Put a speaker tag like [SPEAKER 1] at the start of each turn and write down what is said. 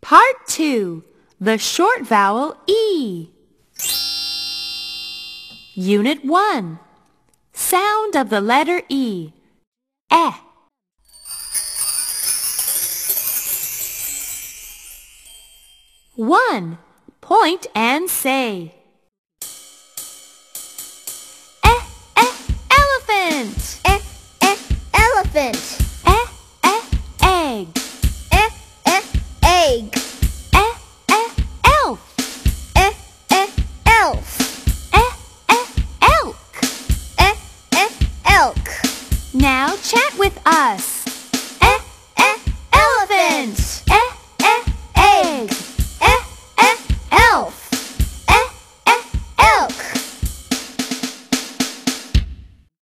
[SPEAKER 1] Part 2. The short vowel E. Unit 1. Sound of the letter E. Eh. One. Point and say. Eh, eh, elephant.
[SPEAKER 2] Eh, eh, elephant.
[SPEAKER 1] Eh, eh, egg.
[SPEAKER 2] Eh, eh, egg.
[SPEAKER 1] Eh, eh, elf.
[SPEAKER 2] Eh, eh, elf.
[SPEAKER 1] Eh, eh, elk.
[SPEAKER 2] Eh, eh, elk.
[SPEAKER 1] Now chant with us. E,
[SPEAKER 2] eh,